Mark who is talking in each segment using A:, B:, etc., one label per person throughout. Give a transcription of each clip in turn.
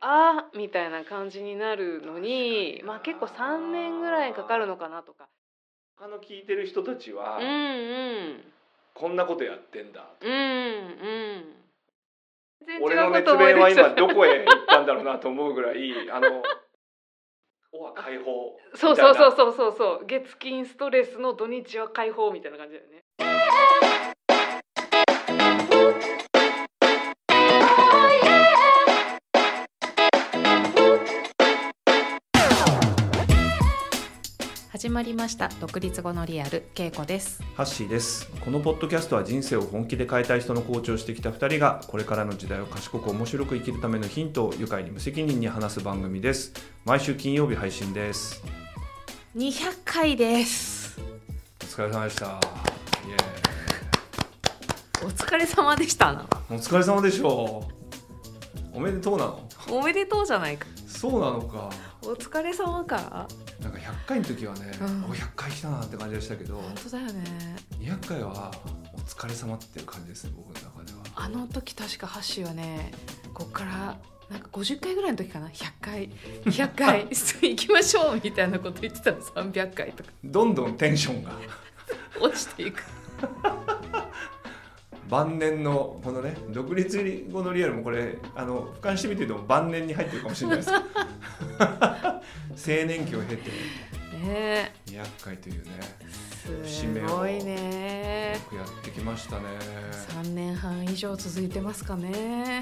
A: あみたいな感じになるのに、まあ、結構3年ぐらいかかるのかなとか。
B: 他の聞いてる人たちは、
A: うんうん
B: こんなことやってんだと
A: うんうん。全
B: 俺
A: 然違
B: の
A: うこ
B: 熱
A: と思い
B: 弁は
A: 出し
B: 今
A: た。
B: どこへ行ったんだろうなと思うぐらいあの「おは解放
A: そうそうそうそうそうそう。月金ストレスの土日は解放みたいな感じだよね。」
C: 始まりました独立後のリアルけいこです
D: ハッシーですこのポッドキャストは人生を本気で変えたい人のコーチをしてきた2人がこれからの時代を賢く面白く生きるためのヒントを愉快に無責任に話す番組です毎週金曜日配信です
C: 200回です
D: お疲れ様でしたイエ
C: お疲れ様でしたな
D: ーイお疲れ様でしょうおめでとうなの
C: おめでとうじゃないか
D: そうなのか
C: お疲れ様か
D: なんか100回の時はね、
C: うん
D: お100回来たなって感じでしたけど
C: 本当だよね
D: 200回はお疲れ様っていう感じですね僕の中では
C: あの時確かハッシーはねこっからなんか50回ぐらいの時かな100回200回 行きましょうみたいなこと言ってたの300回とか
D: どんどんテンションが
C: 落ちていく
D: 晩年のこのね独立後のリアルもこれあの俯瞰してみてても晩年に入ってるかもしれな いです青年期を経て
C: ね
D: 200回というね
C: え
D: 節
C: す
D: 目を
C: ごいね
D: よくやってきましたね
C: 3年半以上続いてますかね
D: いや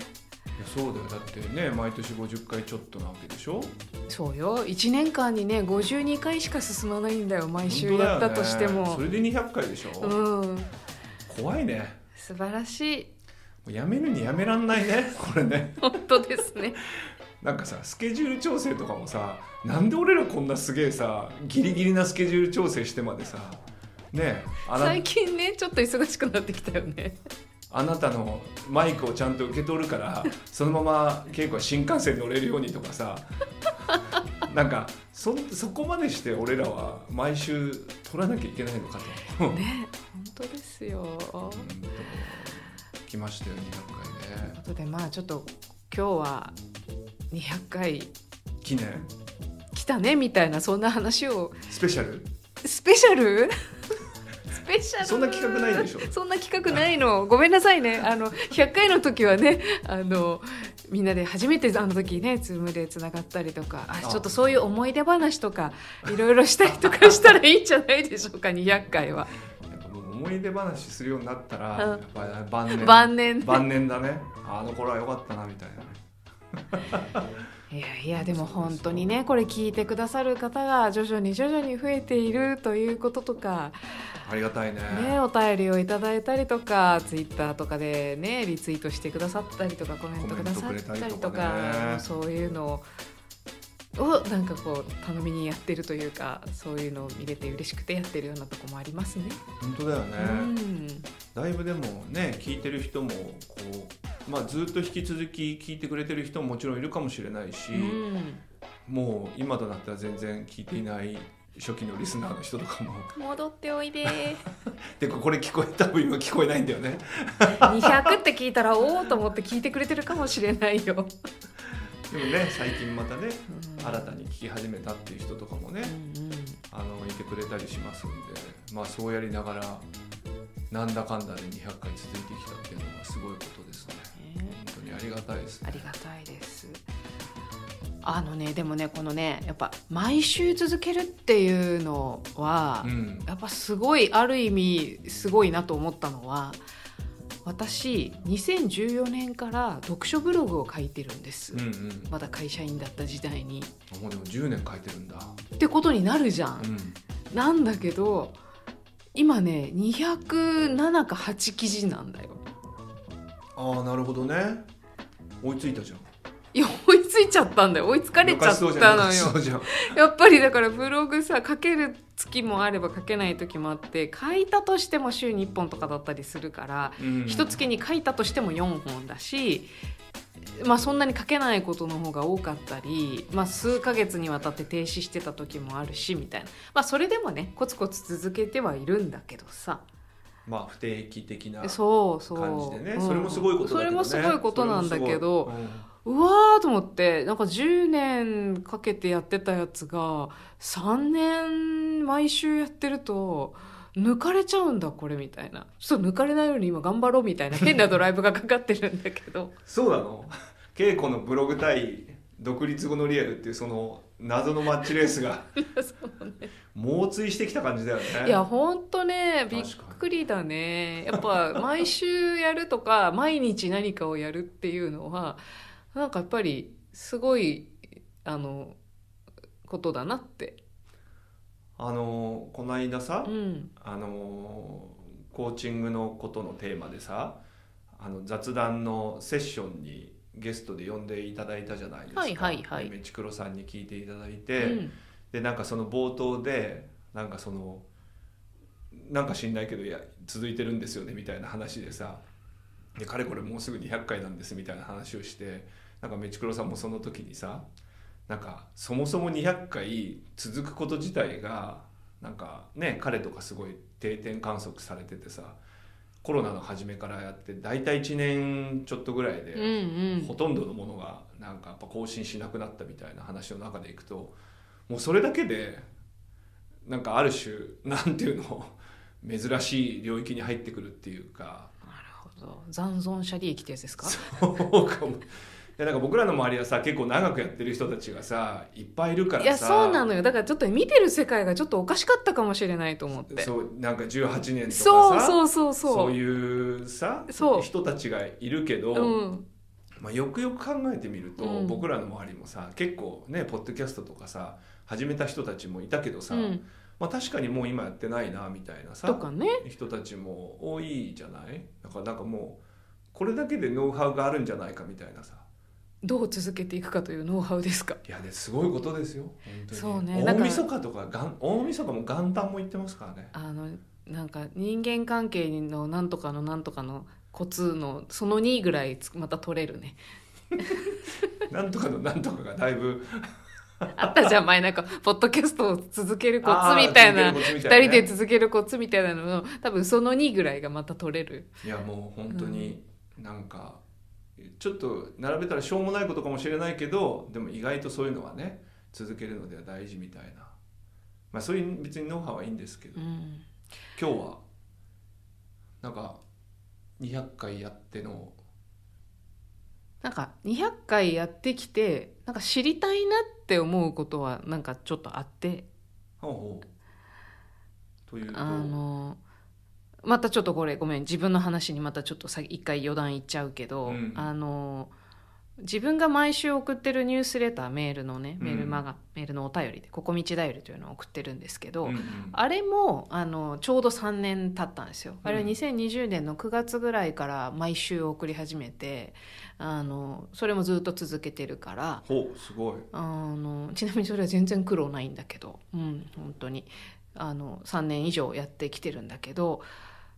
D: そうだよだってね毎年50回ちょっとなわけでしょ
C: そうよ1年間にね52回しか進まないんだよ毎週
D: 本当だ
C: や
D: よ
C: った
D: ね
C: としても、
D: それで200回でしょ、
C: うん
D: 怖いね
C: 素晴らしい
D: もうやめるにやめらんないねこれね
C: 本当ですね
D: なんかさスケジュール調整とかもさなんで俺らこんなすげえさギリギリなスケジュール調整してまでさねえあな
C: 最近ねちょっと忙しくなってきたよね
D: あなたのマイクをちゃんと受け取るからそのまま稽古は新幹線乗れるようにと かさなんかそそこまでして俺らは毎週取らなきゃいけないのかと。うん
C: ね本当ですよという
D: と来ましたよ200回ね
C: ことでまあちょっと今日は200回
D: 記念
C: 来たねみたいなそんな話を
D: スペシャル
C: スペシャルスペシャル
D: そんな企画ないでしょ
C: そんな企画ないのごめんなさいねあの100回の時はねあのみんなで初めてあの時ねズームでつながったりとかあ
D: あ
C: ちょっとそういう思い出話とかいろいろしたりとかしたらいいんじゃないでしょうか200回は
D: やっぱもう思い出話するようになったら、
C: うん
D: やっぱり晩年
C: 晩年
D: 晩年だねあの頃は良かったなみたいなね
C: いやいやでも本当にねこれ聞いてくださる方が徐々に徐々に増えているということとか
D: ありがたいね
C: ね、お便りをいただいたりとかツイッターとかでねリツイートしてくださったりとかコメントくださったりとか
D: コメントくれたりとかね
C: そういうのをなんかこう頼みにやってるというかそういうのを見れて嬉しくてやってるようなとこもありますね。
D: 本当だよね、
C: うん
D: だいぶでもね聞いてる人もこう、まあ、ずっと引き続き聞いてくれてる人ももちろんいるかもしれないし、
C: うん
D: もう今となっては全然聞いていない初期のリスナーの人とかも
C: 戻っておい で
D: でこれ聞こえ多分今聞こえないんだよね
C: 200って聞いたらおおと思って聞いてくれてるかもしれないよ。
D: でもね最近またね
C: うん
D: 新たに聞き始めたっていう人とかもね
C: うんうん
D: あのいてくれたりしますんでまあそうやりながらなんだかんだで200回続いてきたっていうのがすごいことですね
C: ね
D: 本当にありがたいですね
C: ありがたいです。あのねでもねこのねやっぱ毎週続けるっていうのは、
D: うん
C: やっぱすごいある意味すごいなと思ったのは私2014年から読書ブログを書いてるんです、
D: うんうん
C: まだ会社員だった時代に。
D: あもうでも10年書いてるんだ
C: ってことになるじゃん。
D: うん
C: なんだけど今ね207か8記事なんだよ。
D: ああなるほどね追いついたじゃん
C: いや追いついちゃったんだよ追いつかれちゃったのよ。
D: そうじゃん
C: やっぱりだからブログさ書ける月もあれば書けない時もあって書いたとしても週に1本とかだったりするから一、
D: 一
C: 月に書いたとしても4本だし、まあ、そんなに書けないことの方が多かったり、まあ、数ヶ月にわたって停止してた時もあるしみたいな、まあ、それでもねコツコツ続けてはいるんだけどさ
D: まあ不定期的な
C: そうそう
D: 感じでね
C: うん
D: それもすごいことだけど
C: それ
D: ね
C: もすごいことなんだけど
D: それもすごい
C: うわーと思ってなんか10年かけてやってたやつが3年毎週やってると抜かれちゃうんだこれみたいなちょっと抜かれないように今頑張ろうみたいな変なドライブがかかってるんだけど
D: そうなの 稽古のブログ対独立後のリアルっていうその謎のマッチレースが猛追してきた感じだよね
C: いやほんとねびっ
D: 確かに
C: くりだねやっぱ毎週やるとか毎日何かをやるっていうのはなんかやっぱりすごいあのことだなって
D: あのこの間さ、
C: うん
D: あのコーチングのことのテーマでさあの雑談のセッションにゲストで呼んでいただいたじゃないですか、
C: はいはいはい
D: メチクロさんに聞いていただいうて、
C: ん
D: でなんかその冒頭でなんかそのなんか知んないけどいや続いてるんですよねみたいな話でさでかれこれもうすぐ200回なんですみたいな話をしてなんかメチクロさんもその時にさなんかそもそも200回続くこと自体がなんかね彼とかすごい定点観測されててさコロナの初めからやって大体1年ちょっとぐらいで、
C: うんうん
D: ほとんどのものがなんかやっぱ更新しなくなったみたいな話の中でいくともうそれだけでなんかある種なんていうの珍しい領域に入ってくるっていうか
C: なるほど残存者利益ってやつですか
D: そうかも。いやなんか僕らの周りはさ結構長くやってる人たちがさいっぱいいるから
C: い
D: さ
C: やそうなのよだからちょっと見てる世界がちょっとおかしかったかもしれないと思って
D: そうなんか18年とかさ
C: そうそうそうそう
D: そういうさ
C: そう
D: 人たちがいるけど、
C: うん
D: まあ、よくよく考えてみると、
C: うん
D: 僕らの周りもさ結構ねポッドキャストとかさ始めた人たちもいたけどさ、
C: うん、
D: まあ、確かにもう今やってないなみたいなさ
C: とかね
D: 人たちも多いじゃないだからなんかもうこれだけでノウハウがあるんじゃないかみたいなさ
C: どう続けていくかというノウハウですか
D: いやですごいことですよ本当に
C: そうねだ
D: 大
C: から
D: 晦日とかがん大晦日も元旦も行ってますからね
C: あのなんか人間関係のなんとかのなんとかのコツのその2ぐらいつまた取れる ね
D: なんとかのなんとかがだいぶ
C: あったじゃん前なんかポッドキャストを続けるコツ
D: あー
C: みたいな
D: 続けるコツみたいな
C: 2
D: ね
C: 人で続けるコツみたいなのの多分その2ぐらいがまた取れる
D: いやもう本当になんかちょっと並べたらしょうもないことかもしれないけどでも意外とそういうのはね続けるのでは大事みたいな、まあ、そういう別にノウハウはいいんですけど
C: うん
D: 今日はなんか200回やっての
C: なんか200回やってきてなんか知りたいなって思うことはなんかちょっとあって
D: ほうほうというと
C: あのまたちょっとこれごめん自分の話にまたちょっとさ一回余談言っちゃうけど、
D: うん
C: あの自分が毎週送ってるニュースレターメールのねメールマガ、メールのお便りで「ここ道だより」というのを送ってるんですけど、
D: うんうん
C: あれもあのちょうど3年経ったんですよ。あれは2020年の9月ぐらいから毎週送り始めてあのそれもずっと続けてるから
D: ほうすごい
C: あのちなみにそれは全然苦労ないんだけど、うん、本当にあの3年以上やってきてるんだけど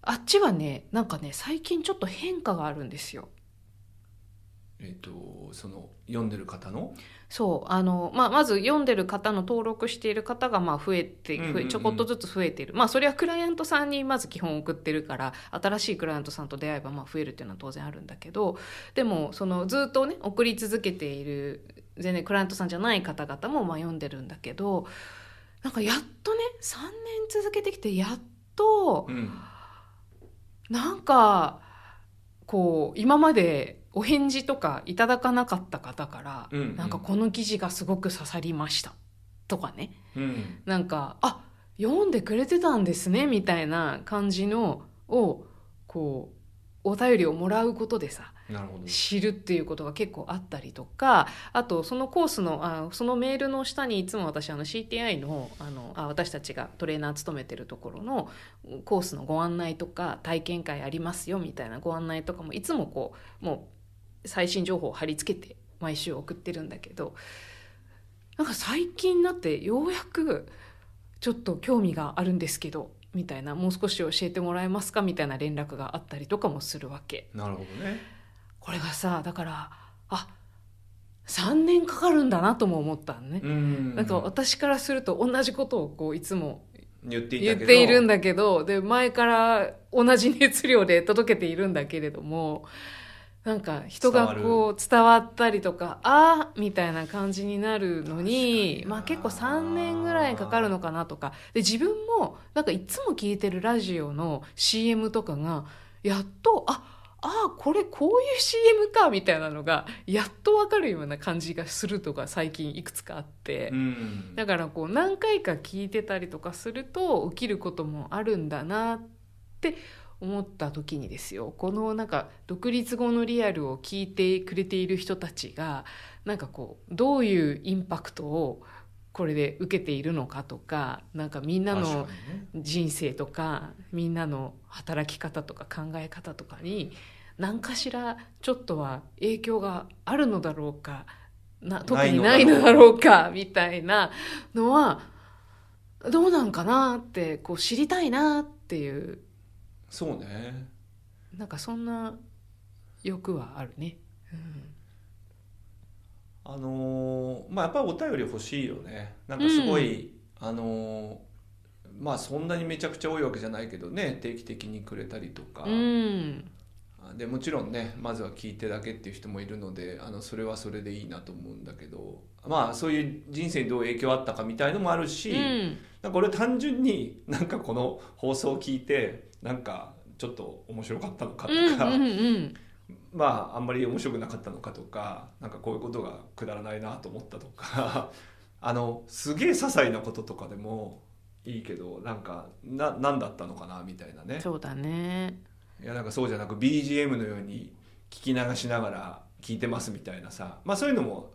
C: あっちはねなんかね最近ちょっと変化があるんですよ。
D: えっ、とその読んでる方の
C: そうあの、まあ、まず読んでる方の登録している方がまあ増えて
D: うんうん
C: 増えちょこっとずつ増えている、まあ、それはクライアントさんにまず基本送ってるから新しいクライアントさんと出会えばまあ増えるっていうのは当然あるんだけどでもそのずっとね送り続けている全然クライアントさんじゃない方々もまあ読んでるんだけどなんかやっとね3年続けてきてやっと
D: うん
C: なんかこう今までお返事とかいただかなかった方から、
D: うんうん
C: なんかこの記事がすごく刺さりましたとかね
D: うん
C: なんかあ読んでくれてたんですねみたいな感じのをこうお便りをもらうことでさ
D: なるほど
C: 知るっていうことが結構あったりとかあとそのコースのあそのメールの下にいつも私あの CTI のあのあ私たちがトレーナー務めてるところのコースのご案内とか体験会ありますよみたいなご案内とかもいつもこうもう最新情報を貼り付けて毎週送ってるんだけどなんか最近になってようやくちょっと興味があるんですけどみたいなもう少し教えてもらえますかみたいな連絡があったりとかもするわけ。
D: なるほどね
C: これがさだからあ3年かかるんだなとも思ったのね、
D: うん
C: なんか私からすると同じことをこういつも
D: 言ってい
C: 言
D: た
C: っ
D: けど
C: ているんだけどで前から同じ熱量で届けているんだけれどもなんか人がこう伝わったりとかあーみたいな感じになるのに
D: 確かにな
C: まあ結構3年ぐらいかかるのかなとかで自分もなんかいつも聞いてるラジオの CM とかがやっとああーこれこういう CM かみたいなのがやっとわかるような感じがするとか最近いくつかあって。
D: うん
C: だからこう何回か聞いてたりとかすると起きることもあるんだなって思った時にですよこのなんか独立後のリアルを聞いてくれている人たちがなんかこうどういうインパクトをこれで受けているのかとかなんかみんな
D: 確
C: の
D: かにね
C: 人生とかみんなの働き方とか考え方とかに何かしらちょっとは影響があるのだろうかな特にな
D: ないい
C: の
D: の
C: だ
D: だ
C: ろ
D: ろ
C: うかみたいなのはどうなんかなってこう知りたいなっていう
D: そうね
C: なんかそんな欲はあるね。うん
D: あのーまあやっぱりお便り欲しいよねなんかすごい、あのーまあそんなにめちゃくちゃ多いわけじゃないけどね定期的にくれたりとか、
C: うん、
D: でもちろんねまずは聞いてだけっていう人もいるのであのそれはそれでいいなと思うんだけどまあそういう人生にどう影響あったかみたいのもあるし、
C: うん
D: なんか俺単純になんかこの放送を聞いてなんかちょっと面白かったのかと
C: うん
D: か、
C: うんうん
D: まああんまり面白くなかったのかとかなんかこういうことがくだらないなと思ったとか あのすげえ些細なこととかでもいいけどなんかな何だったのかなみたいなね
C: そうだね。
D: いやなんかそうじゃなく BGM のように聞き流しながら聞いてますみたいなさまあそういうのも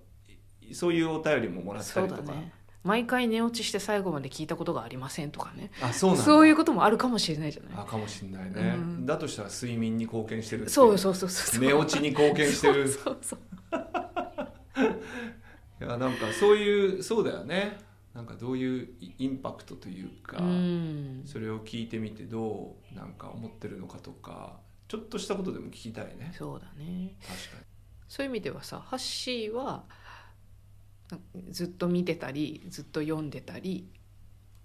D: いそういうお便りももらった
C: そ
D: り
C: う
D: と
C: だ
D: か
C: ね。毎回寝落ちして最後まで聞いたことがありませんとかね。
D: あそうなんだ
C: そういうこともあるかもしれないじゃない。
D: あかもしんないね、
C: うん
D: だとしたら睡眠に貢献してるって
C: そうそうそうそうそう。
D: 寝落ちに貢献してる
C: そうそう
D: いやなんかそういうそうだよねなんかどういうイインパクトというか、
C: そう。うん。
D: それを聞いてみてどうなんか思ってるのかとかちょっとしたことでも聞きたいね
C: そうだね。
D: 確か
C: そういう意味ではさ、ハッシーはなずっと見てたり、ずっと読んでたり、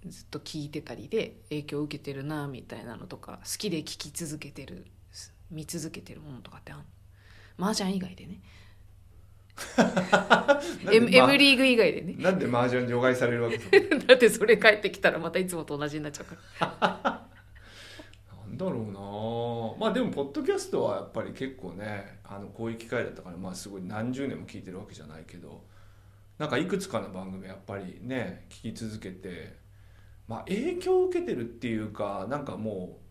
C: ずっと聞いてたりで影響を受けてるなみたいなのとか、好きで聞き続けてる、す見続けてるものとかってあるの？麻雀以外でね。
D: に
C: M,
D: なん
C: M リーグ以外でね。
D: で、ま、なんで麻雀除外されるわけ
C: だってそれ帰ってきたらまたいつもと同じになっちゃうから。
D: なんだろうなまあでもポッドキャストはやっぱり結構ねあのこういう機会だったからまあすごい何十年も聞いてるわけじゃないけどなんかいくつかの番組やっぱりね聞き続けてまあ影響を受けてるっていうかなんかもう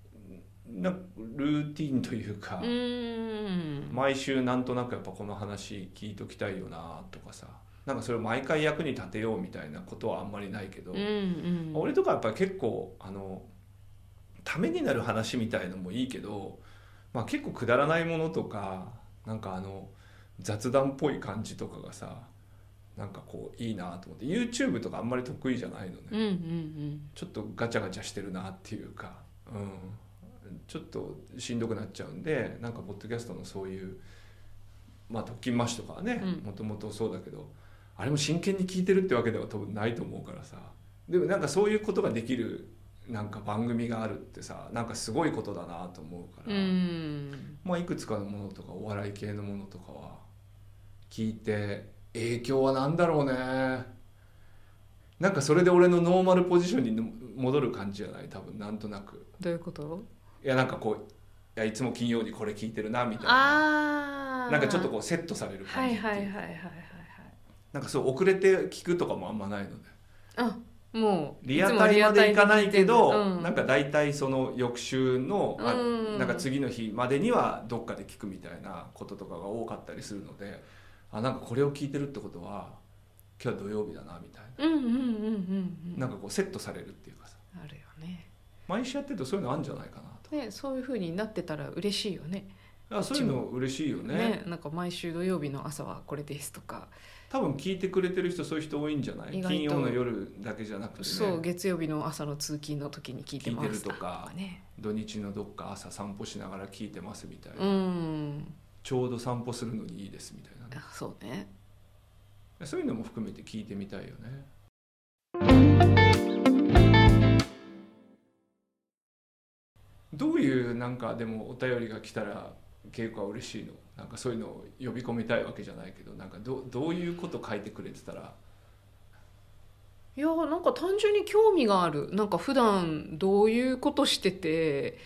D: なんかルーティンというか、
C: うーん。
D: 毎週なんとなくやっぱこの話聞いときたいよなとかさなんかそれを毎回役に立てようみたいなことはあんまりないけど。
C: うんうん。
D: 俺とかやっぱり結構あのためになる話みたいのもいいけど、まあ、結構くだらないものとかなんかあの雑談っぽい感じとかがさなんかこういいなと思って YouTube とかあんまり得意じゃないのね、
C: うんうんうん。
D: ちょっとガチャガチャしてるなっていうか、うん、ちょっとしんどくなっちゃうんでなんかポッドキャストのそういうまあ特勤マッシュとかはね
C: うん
D: もともとそうだけどあれも真剣に聞いてるってわけでは多分ないと思うからさでもなんかそういうことができるなんか番組があるってさなんかすごいことだなと思うから、
C: うん
D: まあ、いくつかのものとかお笑い系のものとかは聞いて影響は何だろうねなんかそれで俺のノーマルポジションに戻る感じじゃない多分なんとなく
C: どういうこと
D: いやなんかこういやいつも金曜にこれ聞いてるなみたいな
C: あー
D: なんかちょっとこうセットされる
C: は
D: 感じ
C: い
D: ってう
C: はいはいはいはいはい
D: なんかそう遅れて聞くとかもあんまないので
C: あもう
D: リアタイまでいかないけどなん
C: か
D: か大体その翌週のあ
C: うん
D: なんか次の日までにはどっかで聞くみたいなこととかが多かったりするのであなんかこれを聞いてるってことは今日は土曜日だなみたい
C: うんうんうんうんうん
D: ななんかこうセットされるっていうかさ
C: あるよね
D: 毎週やってるとそういうのあるんじゃないかなと
C: ねそういう風になってたら嬉しいよね
D: いやそういうの嬉しいよね
C: ねなんか毎週土曜日の朝はこれですとか
D: 多分聞いてくれてる人そういう人多いんじゃない
C: 意外と
D: 金曜の夜だけじゃなくてね
C: そう月曜日の朝の通勤の時に聞いてます
D: 聞いてるとか
C: ね
D: 土日のどっか朝散歩しながら聞いてますみたい
C: う
D: な、
C: ん
D: ちょうど散歩するのにいいですみたいなね
C: あそうね
D: そういうのも含めて聞いてみたいよね。どういうなんかでもお便りが来たら稽古は嬉しいのなんかそういうのを呼び込みたいわけじゃないけどなんかどどういうこと書いてくれてたら
C: いやなんか単純に興味があるなんか普段どういうことしてて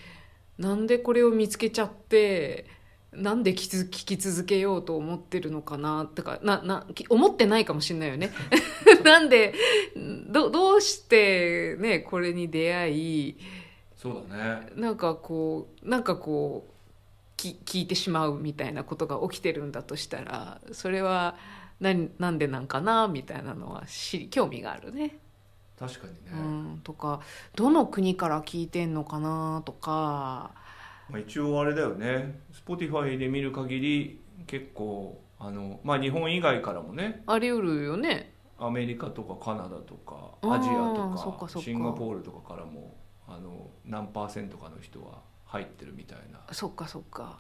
C: なんでこれを見つけちゃってなんで聞きつ聞き続けようと思ってるのかなってかななき思ってないかもしれないよね。なんでどどうしてねこれに出会い
D: そうだね
C: なんかこうなんかこうき聞いてしまうみたいなことが起きてるんだとしたらそれは何なんでなんかなみたいなのは知り興味があるね。
D: 確かにね、
C: うん、とかどの国から聞いてんのかなとか
D: まあ、一応あれだよね Spotify で見る限り結構あの、まあ、日本以外からもね
C: あり得るよね
D: アメリカとかカナダとか
C: あー
D: アジア
C: そ
D: と
C: っ
D: か
C: かそっか
D: シンガポールとかからもあの何パーセントかの人は入ってるみたいな
C: そっかそっか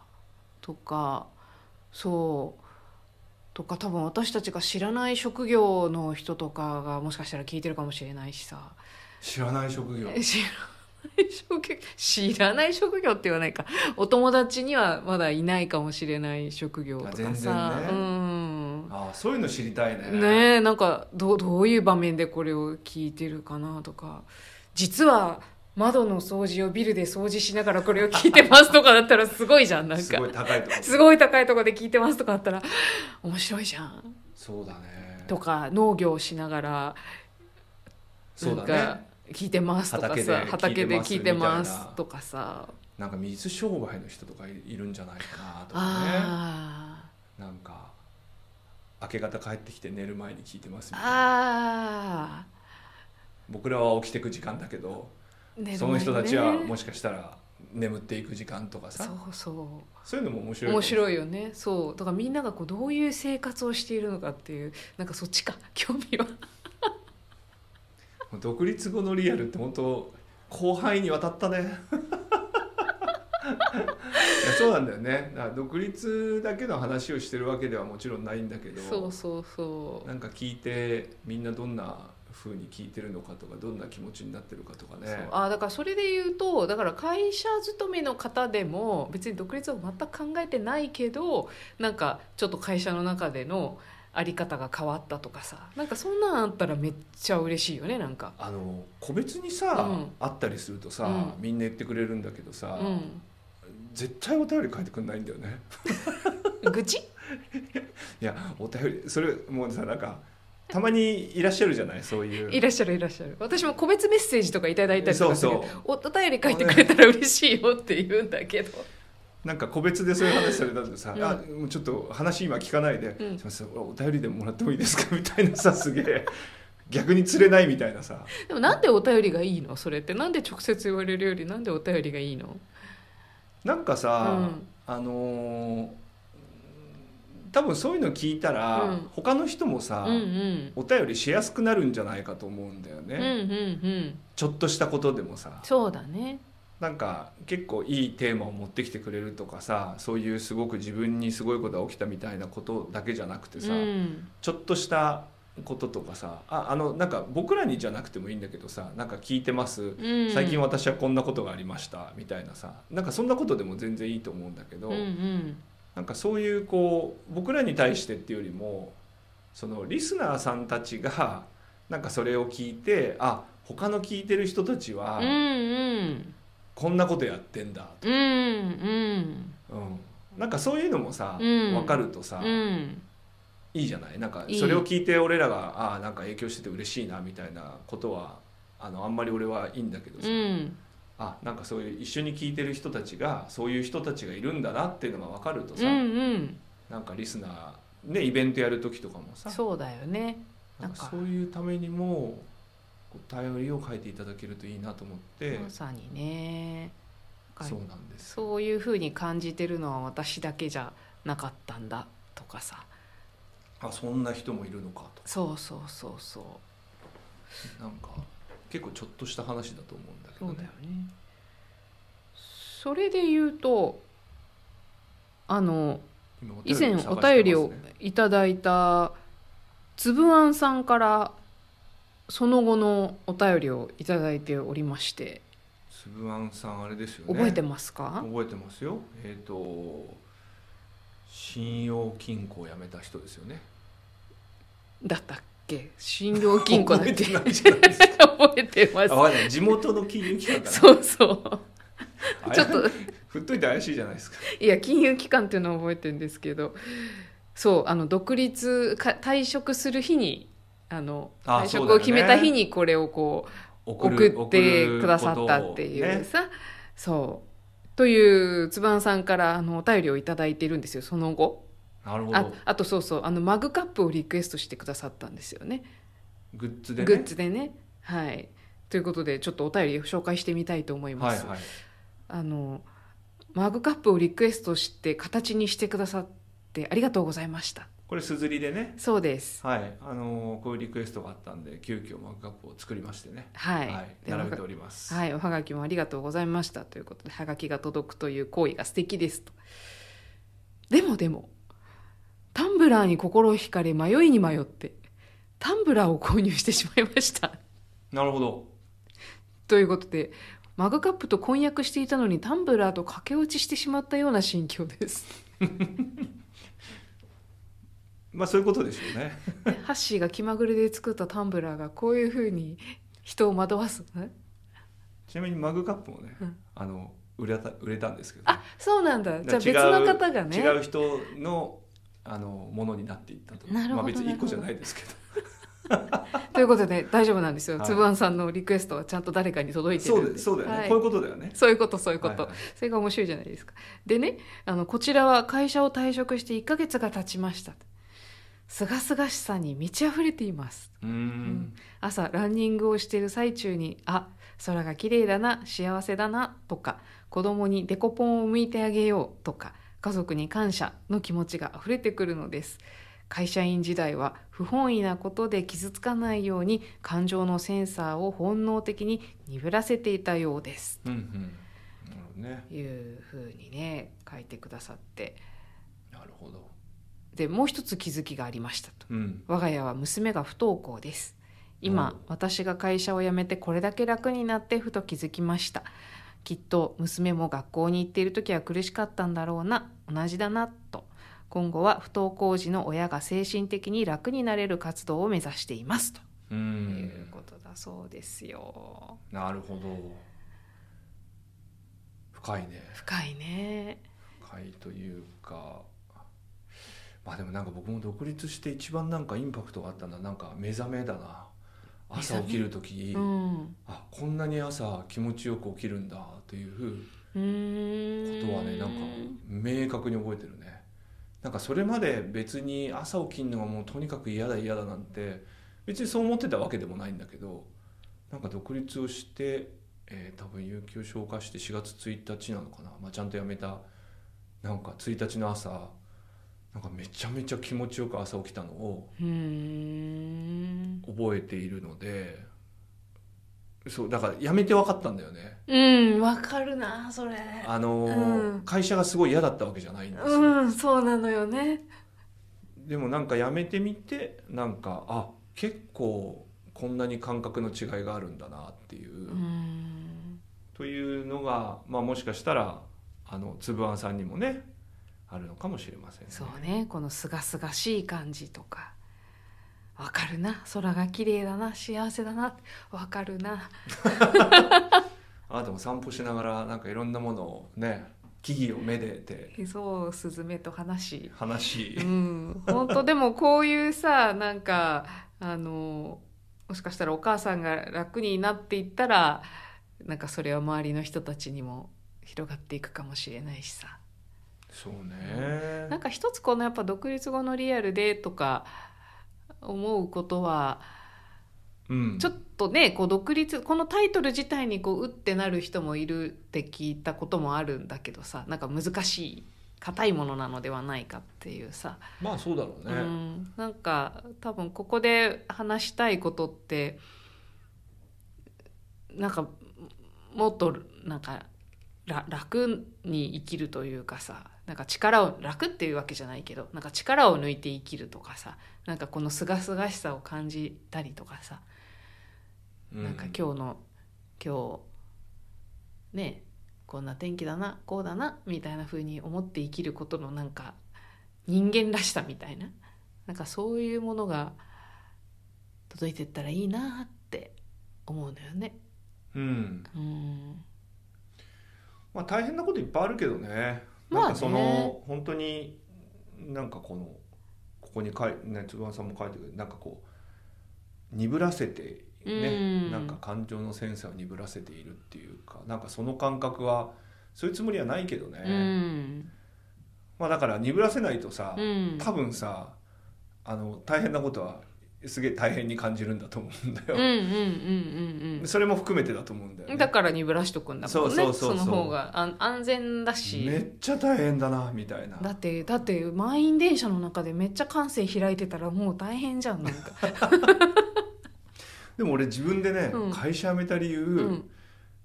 C: とかそうとか多分私たちが知らない職業の人とかがもしかしたら聞いてるかもしれないしさ
D: 知らない職業
C: え知らない職業知らない職業って言わないかお友達にはまだいないかもしれない職業とかさ
D: あ全然ね
C: うん
D: ああそういうの知りたいね
C: ねえなんかどうどういう場面でこれを聞いてるかなとか実は窓の掃除をビルで掃除しながらこれを聞いてますとかだったらすごいじゃんなんか
D: すごい高 いとこ
C: すごい高いとこで聞いてますとかだったら面白いじゃん
D: そうだね
C: とか農業をしながら
D: そう
C: な
D: だ
C: んか
D: ね
C: 聞いてますとか
D: 畑で
C: さ畑で聞
D: 聞
C: い
D: い
C: て
D: てま
C: ますすとかさ
D: なんか水商売の人とかいいるんじゃないかなとかね
C: あ
D: なんか明け方帰ってきて寝る前に聞いてます
C: ー
D: みたいな
C: あ
D: 僕らは起きてく時間だけど
C: ー、ね
D: その人たちはも
C: し
D: しかしたら眠っていく時間とかさ
C: そ
D: そう
C: うそう
D: いうのも面白い
C: 面白
D: い
C: いよねそうだからみんながこうどういう生活をしているのかっていうなんかそっちか興味は
D: 独立後のリアルって本当広範囲にわたったね いやそうなんだよねだから独立だけの話をしてるわけではもちろんないんだけど
C: そうそうそ
D: なんか聞いてみんなどんな風に聞いてるのかとかどんな気持ちになってるかとか
C: う,、そう
D: ね
C: あだからそれで言うとだから会社勤めの方でも別に独立を全く考えてないけどなんかちょっと会社の中でのあり方が変わったとかさなんかそんなんあったらめっちゃ嬉しいよねなんか。
D: あの個別にさ、
C: うん
D: 会ったりするとさ、
C: うん
D: みんな言ってくれるんだけどさ、
C: うん、
D: 絶対お便り書いてくんないんだよね
C: 愚痴
D: いやお便りそれもうさなんかたまにいらっしゃるじゃないそういう
C: いらっしゃるいらっしゃる私も個別メッセージとかいただいたりとかする
D: そうそう
C: おお便り書いてくれたら嬉しいよって言うんだけど
D: なんか個別でそういう話されたんでさ、
C: うん
D: あもうちょっと話今聞かないで、
C: うん
D: すいませんお便りでもらってもいいですかみたいなさすげえ 逆に釣れないみたいなさ
C: でもなんでお便りがいいのそれってなんで直接言われるよりなんでお便りがいいの
D: なんかさ、
C: うん
D: あのー多分そういうの聞いたら、
C: うん
D: 他の人もさ、
C: うんうん
D: お便りしやすくなるんじゃないかと思うんだよね、
C: うんうんうん
D: ちょっとしたことでもさ
C: そうだね
D: なんか結構いいテーマを持ってきてくれるとかさそういうすごく自分にすごいことが起きたみたいなことだけじゃなくてさ、
C: うん
D: ちょっとしたこととかさああのなんか僕らにじゃなくてもいいんだけどさなんか聞いてます
C: うん
D: 最近私はこんなことがありましたみたいなさなんかそんなことでも全然いいと思うんだけど、
C: うんうん
D: なんかそういうこう僕らに対してっていうよりもそのリスナーさんたちがなんかそれを聞いてあ他の聞いてる人たちは
C: うんうん
D: こんなことやってんだ
C: うんうん
D: うん、なんかそういうのもさ、
C: うん
D: 分かるとさ、
C: うん
D: いいじゃないなんか
C: いい
D: それを聞いて俺らがああなんか影響してて嬉しいなみたいなことはあのあんまり俺はいいんだけどさ、
C: うん
D: あなんかそういう一緒に聞いてる人たちがそういう人たちがいるんだなっていうのが分かるとさ、
C: うん
D: なんかリスナーねイベントやる時とかもさ
C: そうだよね
D: なん
C: なんか
D: かそういうためにもこう頼りを書いていただけるといいなと思って、
C: まさにねなんか
D: そうなんです。
C: そういうふうに感じてるのは私だけじゃなかったんだとかさ
D: あそんな人もいるのかと
C: そうそうそうそう
D: なんか結構ちょっとした話だと思うんだけ
C: そ
D: ど
C: う
D: ね。
C: だよね。それで言うと、あの
D: 今お
C: 以
D: 便
C: 前
D: りを探して
C: お
D: ますね
C: 便りをいただいたつぶあんさんからその後のお便りをいただいておりまして、
D: つぶあんさんあれですよね
C: 覚えてますか？
D: 覚えてますよえっ、と信用金庫を辞めた人ですよね
C: だったっけ信用金庫だっけ
D: 覚えてな
C: 覚
D: いじゃないですか
C: えてま
D: あ
C: す
D: わかんない地元の金融機関かな
C: そうそう
D: あれ
C: ちょっと
D: 振っといて怪しいじゃないですか
C: いや金融機関っていうのは覚えてるんですけどそうあの独立か退職する日にあの
D: あ
C: 退
D: そう
C: 職を
D: だよね
C: 決めた日にこれをこう
D: 送
C: 送
D: る
C: ってくださったってい
D: 送る
C: う
D: こ
C: さ、そうというつばんさんからあのお便りをいただいてるんですよその後
D: とをねなるほ
C: あ
D: ど
C: あとそうそうあのマグカップをリクエストしてくださったんですよね
D: グッズでね
C: グッズでねはいということでちょっとお便りを紹介してみたいと思いま
D: はい
C: す、
D: はい
C: あのマグカップをリクエストして形にしてくださってありがとうございました
D: これすずりでね
C: そうです
D: はいあのーこういうリクエストがあったんで急遽マグカップを作りましてね
C: は、
D: はいい
C: で
D: 並べております
C: はい、おはがきもありがとうございましたということではがきが届くという行為が素敵ですとでもでもタンブラーに心惹かれ迷いに迷ってタンブラーを購入してしまいました
D: なるほど
C: ということでマグカップと婚約していたのにタンブラーと駆け落ちしてしまったような心境です
D: まあそういうことでしょ うね
C: ねハッシーが気まぐれで作ったタンブラーがこういうふうに人を惑わすのね
D: ちなみにマグカップもね
C: うん
D: あの売れた売れたんですけどね
C: あそうなんだじゃあ別
D: 違
C: の
D: う
C: 方がね
D: 違う人のあのものになっていったと
C: なるほど
D: まあ、別に一個じゃ
C: な
D: な
C: る
D: いですけど
C: ということで大丈夫なんですよ、
D: はい
C: つぶあんさんのリクエストはちゃんと誰かに届いてる
D: そうんで
C: で
D: そうだよね、
C: はい
D: こういうことだよね
C: そういうことそういうこと、
D: はいはい
C: それが面白いじゃないですかでねあのこちらは会社を退職して1ヶ月が経ちましたすがすがしさに満ち溢れています
D: うーん
C: 朝ランニングをしている最中に「あ空が綺麗だな幸せだな」とか「子供にデコポンを向いてあげよう」とか「家族に感謝」の気持ちが溢れてくるのです。会社員時代は不本意なことで傷つかないように感情のセンサーを本能的に鈍らせていたようです。
D: うんうんなるほどね
C: というふうにね書いてくださって
D: なるほど
C: でもう一つ気づきがありましたと。
D: うん
C: 我が家は娘が不登校です今、
D: うん
C: 私が会社を辞めてこれだけ楽になってふと気づきましたきっと娘も学校に行っている時は苦しかったんだろうな同じだなと今後は不登校時の親が精神的に楽になれる活動を目指していますと
D: う
C: いうんことだそうですよ
D: なるほど深いね
C: 深いね
D: 深いというかまあでもなんか僕も独立して一番なんかインパクトがあったのはなんか目覚めだな朝起きる時、
C: うん
D: あこんなに朝気持ちよく起きるんだという
C: うーん
D: ことはねなんか明確に覚えてるねなんかそれまで別に朝起きるのがもうとにかく嫌だ嫌だなんて別にそう思ってたわけでもないんだけどなんか独立をして、えー多分有給消化して4月1日なのかな、まあ、ちゃんと辞めたなんか1日の朝なんかめちゃめちゃ気持ちよく朝起きたのを
C: うーん
D: 覚えているのでそうだから辞めて分かったんだよね
C: うんわかるなそれ
D: あのー、
C: うん
D: 会社がすごい嫌だったわけじゃないんですよ、
C: うんそうなのよね
D: でもなんかやめてみてなんかあ結構こんなに感覚の違いがあるんだなっていう、
C: うん
D: というのが、まあ、もしかしたらあのつぶあんさんにもねあるのかもしれませんね。
C: そうねこのすがすがしい感じとかわかるな空が綺麗だな幸せだなわかるな
D: あなたも散歩しながらなんかいろんなものをね木々をめでて
C: そうスズメと話し
D: 話し
C: う、ん本当でもこういうさなんかあのもしかしたらお母さんが楽になっていったらなんかそれは周りの人たちにも広がっていくかもしれないしさ
D: そうね
C: なんか一つこのやっぱ独立後のリアルでとか思うことは
D: うん
C: ちょっとねこう独立このタイトル自体にこううってなる人もいるって聞いたこともあるんだけどさなんか難しい硬いものなのではないかっていうさ、
D: まあそうだろ
C: う
D: うね、
C: ん、なんか多分ここで話したいことってなんかもっとなんから楽に生きるというかさなんか力を楽っていうわけじゃないけどなんか力を抜いて生きるとかさなんかこの清々しさを感じたりとかさ
D: うん
C: なんか今日の今日ねこんな天気だなこうだなみたいな風に思って生きることのなんか人間らしさみたいななんかそういうものが届いてったらいいなって思うのよね。
D: うん
C: うん
D: まあ、大変なこといっぱいあるけどね、
C: まあね
D: なんかその本当になんかこのここに書いねつぶあんさんも書いてくるなんかこう鈍らせて
C: う
D: ね、
C: ん
D: なんか感情のセンサーを鈍らせているっていうかなんかその感覚はそういうつもりはないけどね、
C: うん
D: まあ、だから鈍らせないとさ、
C: うん
D: 多分さあの大変なことはすげえ大変に感じるんだと思うんだ
C: うんうん
D: よ、
C: うん
D: それも含めてだと思うんだよ
C: う
D: ね
C: んだから鈍らしとくんだもんね
D: そうそうそうそう
C: の方があ安全だし、
D: めっちゃ大変だなみたいな
C: だってだって満員電車の中でめっちゃ感性開いてたらもう大変じゃんなんか、
D: でも俺自分でね、
C: うん
D: 会社辞めた理由、
C: うん、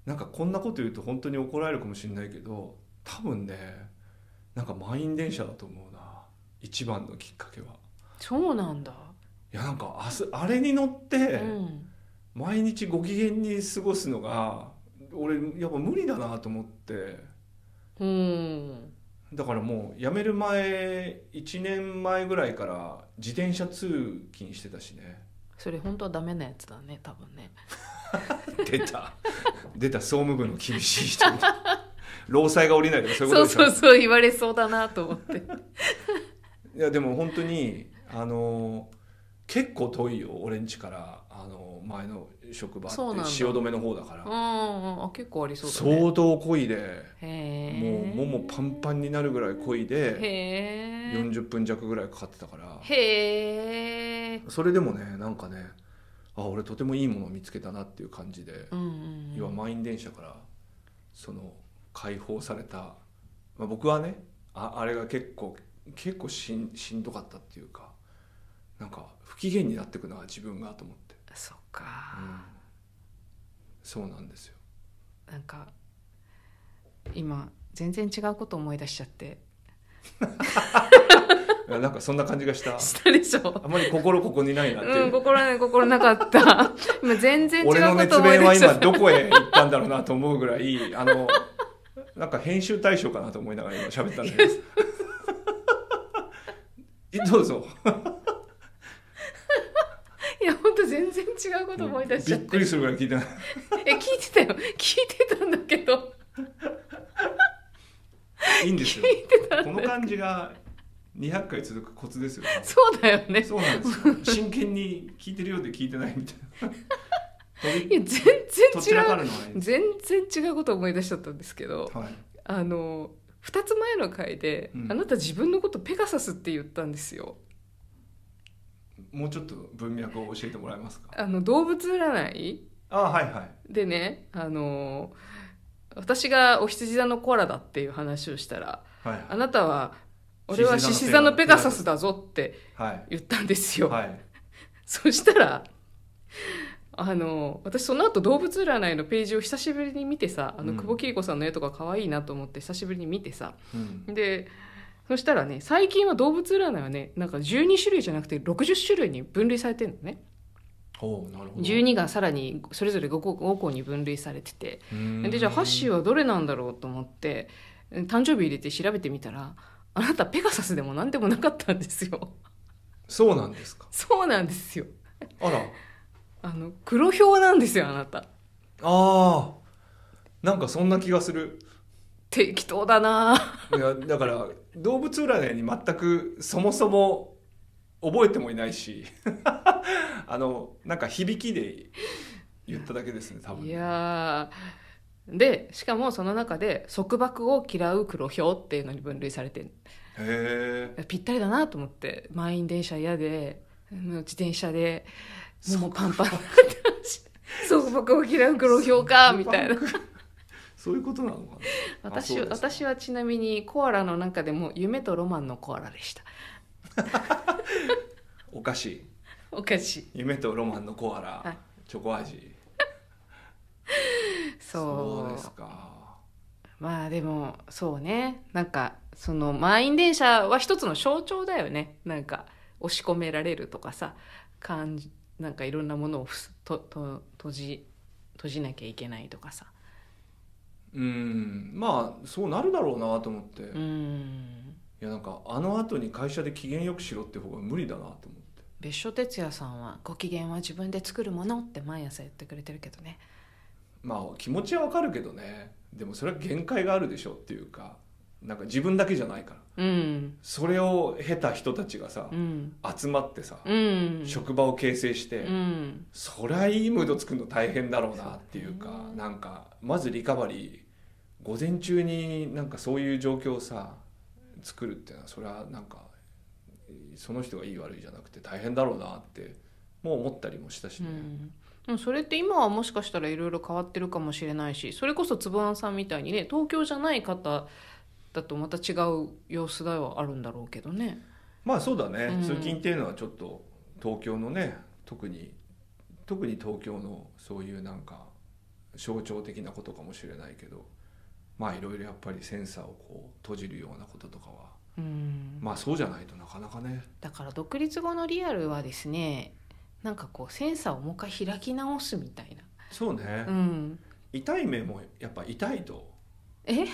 D: なんかこんなこと言うと本当に怒られるかもしれないけど多分ねなんか満員電車だと思うな一番のきっかけは。
C: そうなんだ、
D: いやなんかあすあれに乗って
C: うん
D: 毎日ご機嫌に過ごすのが俺やっぱ無理だなと思って
C: うん
D: だからもう辞める前1年前ぐらいから自転車通勤してたし ね
C: それ本当はダメなやつだね多分ね
D: 出た出た総務部の厳しい人労災が下りないとかそういうこ
C: そ
D: と
C: う
D: でしょ
C: そうそう言われそうだなと思って
D: いやでも本当にあの結構遠いよ俺ん家からあの前の職場って
C: そうなんだ
D: 汐留の方だから
C: うんうんあ結構ありそうだね
D: 相当こいで
C: へえ
D: もうももパンパンになるぐらいこいで
C: へえ
D: 40分弱ぐらいかかってたから
C: へえ
D: それでもねなんかねあ俺とてもいいものを見つけたなっていう感じで、
C: うんうん
D: 要は満員電車からその解放された、まあ、僕はねああれが結構結構しんしんどかったっていうかなんか不機嫌になってくのは自分がと思って、
C: そっ
D: う
C: か
D: ん、そうなんですよ
C: なんか今全然違うこと思い出しちゃって
D: いやなんかそんな感じがした
C: したでしょ
D: あまり心ここにないなっていう、
C: うん、心ない心なかった。今全然違
D: 俺の
C: うこ
D: 熱
C: と思い
D: 弁
C: 出
D: は
C: しち
D: 今
C: ゃった。
D: どこへ行ったんだろうなと思うぐらいあのなんか編集対象かなと思いながら今喋ったんだ けどえどうぞ
C: いや、本当全然違うこと思い出しちゃっ。
D: びってくりするぐらい聞いてない
C: え、聞いてたよ。聞いてたんだけど。
D: いいんですよこの感じが200回続くコツですよ
C: そうだよね。
D: そうなんですよ真剣に聞いてるようで聞いてないみたい なと
C: いや、
D: り
C: 全然
D: とっちらか
C: 違う。
D: るのはいいんで
C: 全然違うこと思い出しちゃったんですけど
D: す、はい、
C: あの、二つ前の回で、
D: うん
C: あなた自分のことペガサスって言ったんですよ。
D: もうちょっと文脈を教えてもらえますか
C: あの、動物占い
D: あはいはい
C: でね、あの、私がお羊座のコアラだっていう話をしたら、
D: はい
C: あなたは、俺は獅子座のペガサスだぞって
D: はい
C: 言ったんですよ。
D: はい
C: そしたら、あの、私その後動物占いのページを久しぶりに見てさ、あの、
D: うん
C: 久保桐子さんの絵とか可愛いなと思って久しぶりに見てさ、
D: うん
C: で、そしたらね、最近は動物占いはね、なんか12種類じゃなくて60種類に分類されてるのね。
D: おうなるほど
C: 12がさらにそれぞれ5個 ,5 個に分類されてて、で、じゃあハッシー
D: は
C: はどれなんだろうと思って、誕生日入れて調べてみたら、あなたペガサスでも何でもなかったんですよ。
D: そうなんですか
C: そうなんですよ。
D: あら
C: あの黒ひょうなんですよあなた
D: あーなんかそんな気がする
C: 適当だない
D: やだから動物占いに全くそもそも覚えてもいないし あのなんか響きで言っただけですね多分
C: いやーでしかもその中で束縛を嫌う黒ひょうっていうのに分類されて
D: へえ
C: ぴったりだなと思って満員電車嫌でうん自転車でももパンパン になってるし束縛を嫌う黒ひょうかみたいな
D: そういうことなのかなあ
C: 私
D: そ
C: は
D: うですか
C: 私はちなみにコアラの中でも夢とロマンのコアラでした
D: お菓子
C: おかしい
D: 夢とロマンのコアラ、
C: はい
D: チョコ味
C: そう
D: ですか
C: まあでもそうねなんかその満員電車は一つの象徴だよねなんか押し込められるとかさ感じなんかいろんなものをふすとと閉じ閉じなきゃいけないとかさ
D: うんまあそうなるだろうなと思って、
C: うーん
D: いやなんかあの後に会社で機嫌よくしろって方が無理だなと思って
C: 別所哲也さんは「ご機嫌は自分で作るもの」って毎朝言ってくれてるけどね
D: まあ気持ちはわかるけどねでもそれは限界があるでしょっていうかなんか自分だけじゃないから
C: うん
D: それを経た人たちがさ、
C: うん
D: 集まってさ、
C: うん
D: 職場を形成して、
C: うん
D: そりゃいいムード作るの大変だろうなっていうか
C: そうだね
D: なんかまずリカバリー午前中になんかそういう状況をさ作るっていうのはそれはなんかその人がいい悪いじゃなくて大変だろうなってもう思ったりもしたし
C: う
D: ね、
C: んでもそれって今はもしかしたらいろいろ変わってるかもしれないしそれこそつぶあんさんみたいにね東京じゃない方だとまた違う様子だはあるんだろうけどね
D: まあそうだね、
C: うん
D: 通勤っていうのはちょっと東京のね特に特に東京のそういうなんか象徴的なことかもしれないけどまあいろいろやっぱりセンサーをこう閉じるようなこととかは
C: うん
D: まあそうじゃないとなかなかね
C: だから独立後のリアルはですねなんかこうセンサーをもう一回開き直すみたい
D: そうね
C: な、うん
D: 痛い目もやっぱ痛いと
C: え
D: い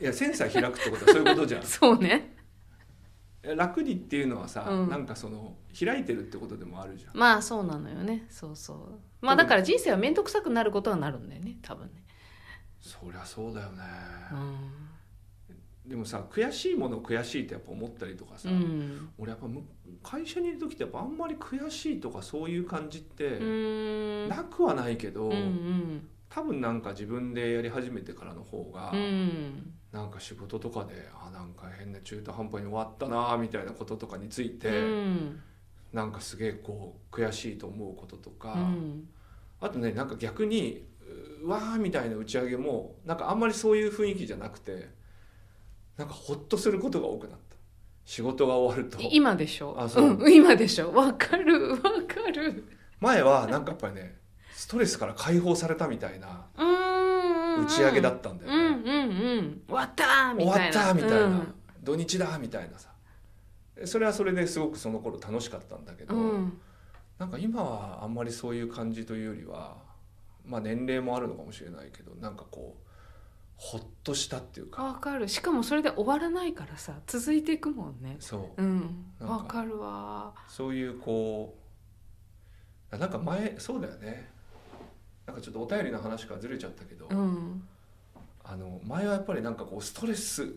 D: や センサー開くってことはそういうことじゃん
C: そうね
D: 楽にっていうのはさ、
C: うん
D: なんかその開いてるってことでもあるじゃん
C: まあそうなのよねそうそうまあだから人生は面倒くさくなることはなるんだよね多分ね、
D: そりゃそうだよね、
C: うん
D: でもさ悔しいもの悔しいってやっぱ思ったりとかさ、
C: うん、
D: 俺やっぱむ会社にいる時ってやっぱあんまり悔しいとかそういう感じって
C: うん
D: なくはないけど、
C: うんうん
D: 多分なんか自分でやり始めてからの方が、
C: うん
D: なんか仕事とかであなんか変な中途半端に終わったなみたいなこととかについて、
C: うん
D: なんかすげえこう悔しいと思うこととか、
C: うん
D: あとねなんか逆にうわーみたいな打ち上げもなんかあんまりそういう雰囲気じゃなくてなんかほっとすることが多くなった仕事が終わると。
C: 今でしょ
D: あそう
C: うん、今でしょわかるわかる
D: 前はなんかやっぱりねストレスから解放されたみたいな
C: うん
D: 打ち上げだ
C: っ
D: ったんだ
C: た
D: よ
C: う
D: ね、
C: んうんうん終わったーみ
D: 終わ
C: たいな
D: ったみたいな、
C: うん
D: 土日だみたいなさそれはそれですごくその頃楽しかったんだけど、
C: うん
D: なんか今はあんまりそういう感じというよりはまあ年齢もあるのかもしれないけどなんかこうほっとしたっていうか
C: わかるしかもそれで終わらないからさ続いていくもんね
D: そう
C: うん
D: なんか
C: わかるわ
D: そういうこうなんか前そうだよねなんかちょっとお便りの話からずれちゃったけど、
C: うん
D: あの前はやっぱりなんかこうストレス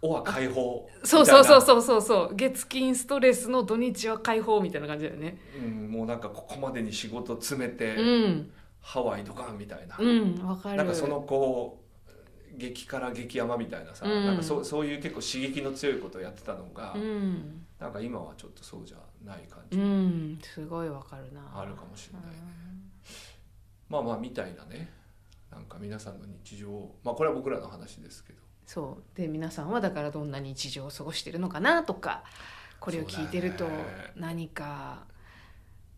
D: をは解放
C: そうそうそう
D: う、
C: そうそうそう月金ストレスの土日は解放みたいな感じだよね
D: うん、もうなんかここまでに仕事詰めて、
C: うん
D: ハワイとかみたいな、
C: うんわかる
D: なんかそのこう激辛激甘みたいなさ、
C: うん
D: なんかそそういう結構刺激の強いことをやってたのが、
C: うん
D: なんか今はちょっとそうじゃない感
C: う
D: じ
C: んすごいわかるな
D: あるかもしれない、まあまあみたいなねなんか皆さんの日常をまあこれは僕らの話ですけど
C: そうで皆さんはだからどんな日常を過ごしてるのかなとかこれを聞いてると
D: そうだね
C: 何か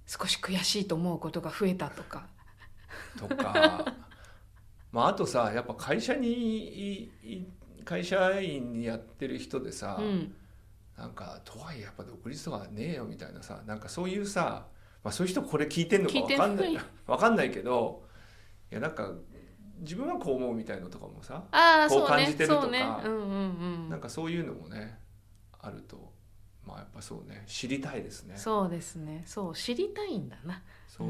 C: 少し悔しいと思うことが増えたとか
D: とか まああとさやっぱ会社にいい会社員にやってる人でさ、
C: うん
D: なんかとはいえやっぱ独立とかねえよみたいなさなんかそういうさ、まあ、そういう人これ聞いてんのか
C: 聞いて
D: わかんない
C: ない
D: わかんないけどいやなんか自分はこう思うみたいのとかもさ、
C: ああ
D: こう
C: そう
D: 感じ
C: ね
D: てるとか
C: そうねうんうんう
D: なん
C: ん
D: かそういうのもねあるとまあやっぱそうね知りたいですねそう
C: そうですねそう知りたいんだな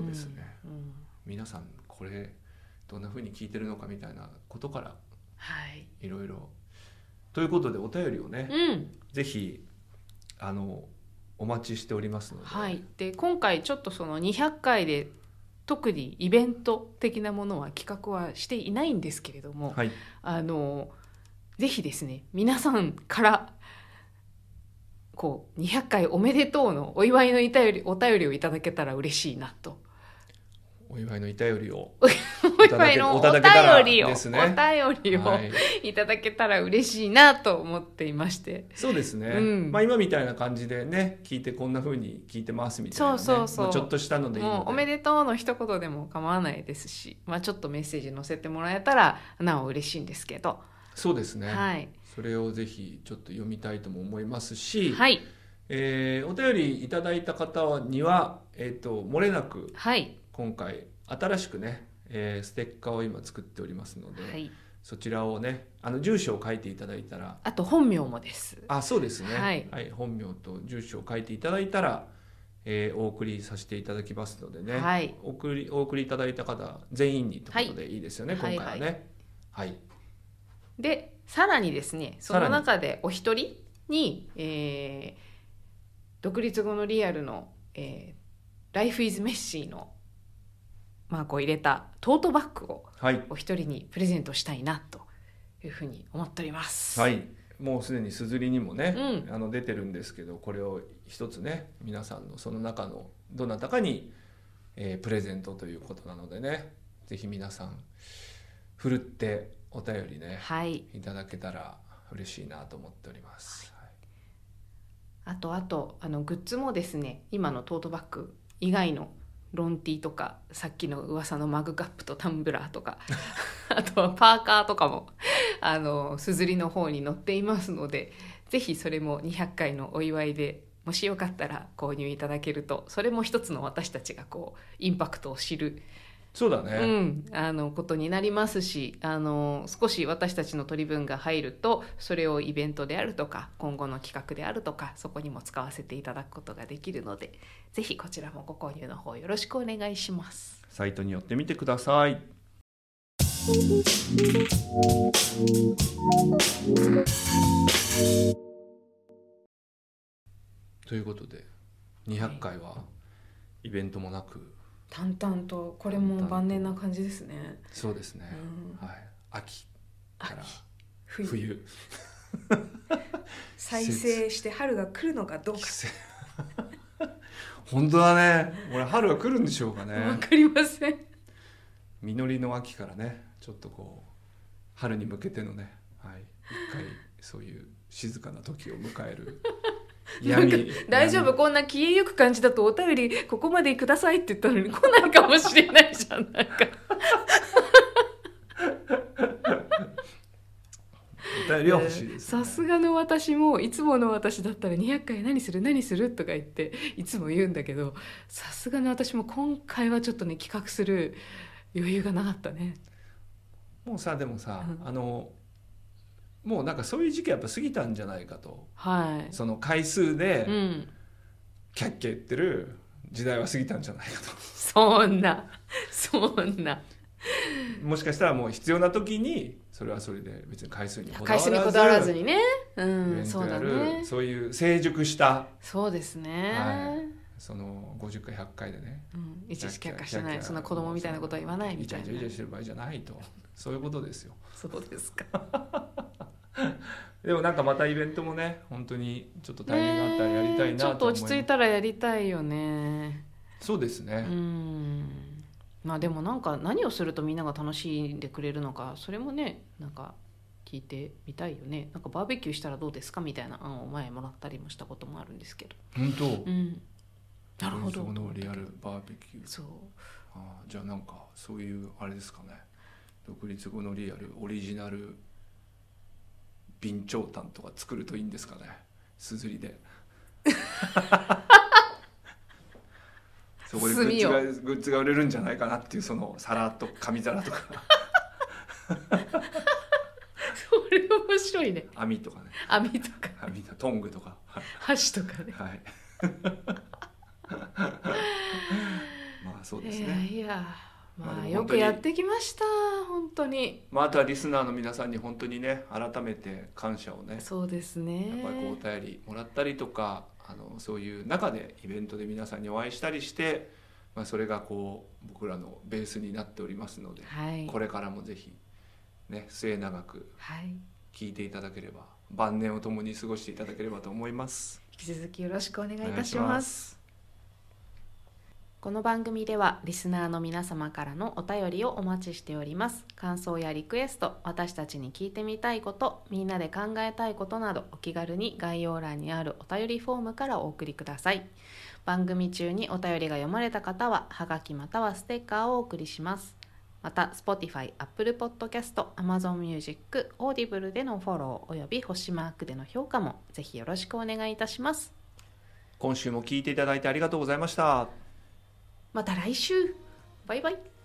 D: ですね、
C: うんうん
D: 皆さんこれどんな風に聞いてるのかみたいなことから
C: はい
D: いろいろということでお便りをね、
C: うん
D: ぜひあのお待ちしておりますので、
C: はいで今回ちょっとその200回で特にイベント的なものは企画はしていないんですけれども、
D: はい
C: あのぜひですね皆さんからこう200回おめでとうのお祝いのいたよりお便りをいただけたら嬉しいなと
D: お祝いのお便りを
C: お
D: た
C: 祝
D: だ
C: い
D: け
C: のお
D: いただけたら
C: 便りを、
D: ですね
C: お便りを、、
D: はいい
C: ただけたら嬉しいなと思っていまして
D: そうですね、
C: うん
D: まあ今みたいな感じでね聞いてこんな風に聞いてますみたいな、ね、
C: そうそうそう
D: まあちょっとしたのでいいの
C: も
D: で
C: うおめでとうの一言でも構わないですし、まあ、ちょっとメッセージ載せてもらえたらなお嬉しいんですけど、
D: そうですね、
C: はい、
D: それをぜひちょっと読みたいとも思いますし、
C: はい、
D: えーお便りいただいた方にはえっ、と漏れなく
C: はい、
D: 今回新しくね、えーステッカーを今作っておりますので、
C: はい、
D: そちらをねあの住所を書いていただいたら
C: あと本名もです
D: あそうですね、
C: はい
D: 本名と住所を書いていただいたら、えーお送りさせていただきますのでね、
C: はい
D: お送りお送りいただいた方全員にということでいいですよね、
C: はい
D: 今回はね。はい、
C: でさらにですねそ
D: さら
C: の
D: に
C: 中でお一人に、えー独立後のリアルの「えー、Life is Messy」のマークを入れたトートバッグを
D: はい
C: お一人にプレゼントしたいなというふうに思っております。
D: はいもうすでにすずりにもね、
C: う
D: あの出てるんですけどこれを一つね皆さんのその中のどなたかに、えープレゼントということなのでねぜひ皆さんふるってお便りね
C: はい
D: いただけたら嬉しいなと思っております。はい
C: あとあとあのグッズもですね今のトートバッグ以外のロンティーとかさっきの噂のマグカップとタンブラーとか あとはパーカーとかもあのすずりの方に載っていますのでぜひそれも200回のお祝いでもしよかったら購入いただけるとそれも一つの私たちがこうインパクトを知る
D: そうだね、
C: うん、あのことになりますしあの少し私たちの取り分が入るとそれをイベントであるとか今後の企画であるとかそこにも使わせていただくことができるのでぜひこちらもご購入の方よろしくお願いします。
D: サイトに寄ってみてください。ということで200回はイベントもなく
C: 淡々とこれ
D: も淡々と晩年な
C: 感じですね。
D: そうですね、
C: うん
D: はい、秋から
C: 冬
D: 冬
C: 再
D: 生
C: して春が来るのかどう
D: 季節 本当だね俺春が来るんでしょうか
C: わ
D: ね
C: かりません。
D: 実りの秋からねちょっとこう春に向けてのね、はい、一回そういう静かな時を迎える
C: なんか大丈夫こんな消えゆく感じだとお便りここまでくださいって言ったのに来ないかもしれないじゃんなんか。
D: お便りは欲しいです、
C: さ
D: ね、
C: すがの私もいつもの私だったら200回何する何するとか言っていつも言うんだけどさすがの私も今回はちょっとね企画する余裕がなかったね
D: もうさでもさ、
C: うん
D: あのもうなんかそういう時期やっぱ過ぎたんじゃないかと
C: はい
D: その回数
C: う
D: で
C: ん
D: キャッキャ言ってる時代は過ぎたんじゃないか
C: そんなそんな
D: ともしかしたらもう必要な時にそれはそれで別に回数にこだわら
C: 回
D: ず
C: 数にこだわらずにねう
D: イベ
C: ん
D: ン
C: そ
D: ト
C: う
D: や
C: だ
D: る、
C: ね
D: そういう成熟した
C: そうですね、
D: はその50回100回でね
C: うん、いちいち
D: キ
C: 却
D: ャッキ
C: 下
D: ャ
C: してな
D: キ
C: い
D: ャッキャ
C: そんな子供みたいなことは言わないみたいな
D: イチャイチャイチャしてる場合じゃないとそういうことですよ
C: そうですか
D: でもなんかまたイベントもね本当にちょっとタイミングがあったらやりたい
C: ねえ
D: な
C: ち
D: と
C: ょ
D: 思
C: っ
D: い
C: と落ち着い
D: た
C: たらやりたいよね
D: そうですね、
C: うんまあでもなんか何をするとみんなが楽しんでくれるのかそれもねなんか聞いてみたいよねなんかバーベキューしたらどうですかみたいな案を前もらったりもしたこともあるんですけど、
D: 本当、
C: うん、なるほ
D: そ
C: ど
D: のリアルバーベキュー
C: そう
D: あーじゃあなんかそういうあれですかね独立後のリアルオリジナル備長炭とか作るといいんですかねすずりでそこでグッズがグッズが売れるんじゃないかなっていうその皿と紙皿とか
C: それ面白いね
D: 網とかね
C: 網とか
D: 網とトングとかはい
C: 箸とかね
D: はい まあそうです
C: い
D: ね、
C: やいや
D: まあ
C: まあ
D: でも
C: よ
D: 本当
C: く
D: に
C: やってきました本当に
D: まあ、あとはリスナーの皆さんに本当にね改めて感謝をね
C: そうですね
D: やっぱりこうお便りもらったりとかあのそういう中でイベントで皆さんにお会いしたりして、まあ、それがこう僕らのベースになっておりますので、
C: はい
D: これからもぜひ、ね、末永く
C: はい
D: 聞いていただければ晩年を共に過ごしていただければと思います。
C: 引き続きよろしくお願いい
D: お
C: た
D: 願い
C: し
D: し
C: ま
D: ます
C: この番組ではリスナーの皆様からのお便りをお待ちしております感想やリクエスト私たちに聞いてみたいことみんなで考えたいことなどお気軽に概要欄にあるお便りフォームからお送りください番組中にお便りが読まれた方ははがきまたはステッカーをお送りしますまた Spotify、Apple Podcast、Amazon Music、Audible でのフォローおよび星マークでの評価もぜひよろしくお願いいたします
D: 今週も聞いていただいてありがとうございました。
C: また来週バイバイ